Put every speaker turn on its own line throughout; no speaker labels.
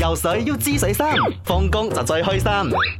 游水要知水深，放工就最開心。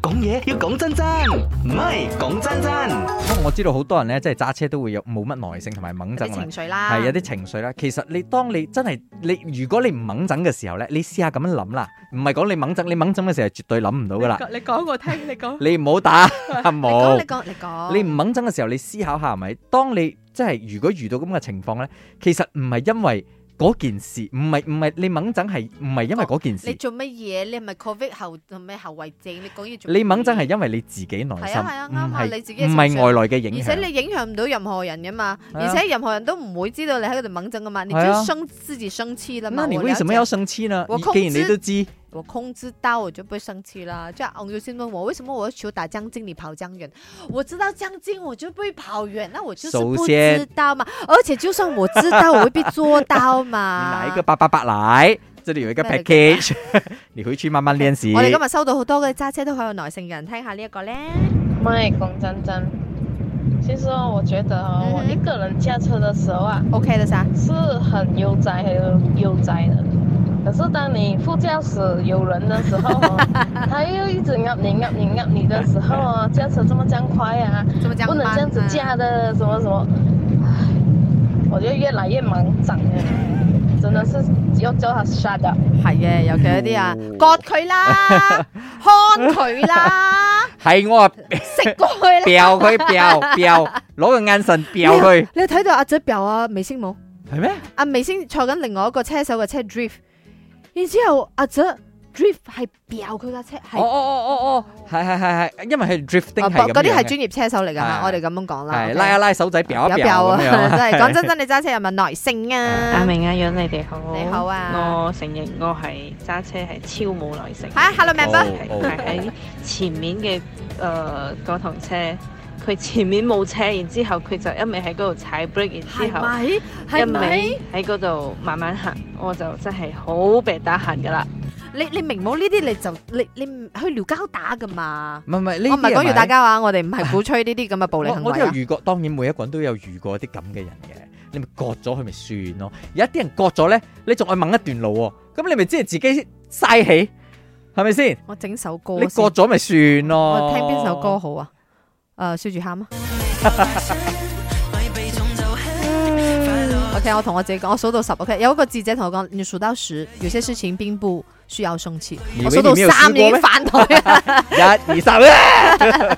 講嘢要講真真，唔係講真真。
咁我知道好多人咧，即係揸車都會有冇乜耐性同埋猛
有
整
啲
啊
情，緒啦，
係有啲情緒啦。其實你當你真係你，如果你唔猛整嘅時候咧，你試下咁樣諗啦，唔係講你猛整，你猛整嘅時候係絕對諗唔到噶啦。
你講 我聽，你講，
你唔好打 阿
你講，
毛
你。講，你講，
你唔猛憎嘅時候，你思考下係咪？當你即係如果遇到咁嘅情況咧，其實唔係因為嗰件事，唔係唔係你猛憎係唔係因為嗰件
你
事，
做乜嘢？你係咪 covid 後咩後遺症？你講嘢做乜嘢啊
你猛憎係因為你自己內
係
心，
啊係啊啱啊
唔係
你自己嘅
唔
情
係
緒
外來嘅影
而且
響。
你影響唔到任何人噶嘛，
係啊
而且任何人都唔會知道你喺度猛整噶嘛，你
係
就
啊
生自己生氣啦嘛。
那你
我
為
了
什麼
解
要生氣呢
我？控
既然
制
你都知，
我控制到，我就不会生气啦。就像昂游先问我，为什么我要求打将近你跑将远？我知道将近我就不会跑远，那我就是
首
不
先
知道嘛。而且就算我知道，我未必做 到
你
嘛
拿一。個八八八來，這裡有一個
咩嚟
package，你 回去慢慢練習。
我哋今日收到好多嘅揸車都好有耐性嘅人，聽下呢一個咧。
麦龚真真，其实哦我觉得哦
嗯哼
我一个人驾车的时候啊，
OK 啦噻，
是很悠哉、很悠哉的。可是当你副驾驶有人的时候哦，他又一直压你、压你、压你的时候哦，驾车这么这样快啊，
怎么讲？
不能这样子驾的，什么什么，唉，我就越来越忙长了，真的是要叫他 shut up。
係嘅，尤其有啲啊
哦，
割佢 啦，看佢啦，
係我啊
食過佢啦。
掉佢掉掉，攞個眼神掉佢，
你有睇到阿仔表啊微星冇？
係咩？
阿眉先坐緊另外一個車手嘅車 drift，然之後阿仔 drift 係掉佢架車，
哦哦
係
哦哦哦，係係係係，因為係 drifting 係
啊
咁
不嗰啲係
樣嘅
專業車手嚟㗎嚇，
係
我哋咁樣講啦。
系
OK
拉一拉手仔，表一
有表
表
啊，
咁樣。
真係 講真真，你揸車有冇耐性
阿
啊？
明阿楊，你哋好。
你好啊
我承認我係揸車係超冇耐性。
嚇，hello member，
哦
係喺前面嘅誒嗰趟車，佢前面冇車，然之後佢就一味喺嗰度踩 brake，
係
然
咪？係
之後一
咪？
味喺嗰度慢慢行，我就真係好被打閒噶啦。
你你明冇呢啲你就你你唔去撩交打㗎嘛？
唔係唔係呢
我唔係
啲
講要
係
大家啊，我哋唔係鼓吹呢啲咁嘅暴力
我
行
我都
為
有
啊。
遇過，當然每一個人都有遇過啲咁嘅人嘅。你咪割咗佢咪算咯。有一啲人割咗咧，你仲愛掹一段路喎。咁你咪即係自己嘥氣，係咪先？
我整首歌
你
先
割，咗咪算咯。
我聽邊首歌？好啊？誒，笑住 喊啊！OK，我同我自己講，我數到十。OK，有一個記者同我講，你數到十，有些事情並不需要生氣。
以為
我數到
你沒有試
三已
過咩
經反台啦。
一二三。啊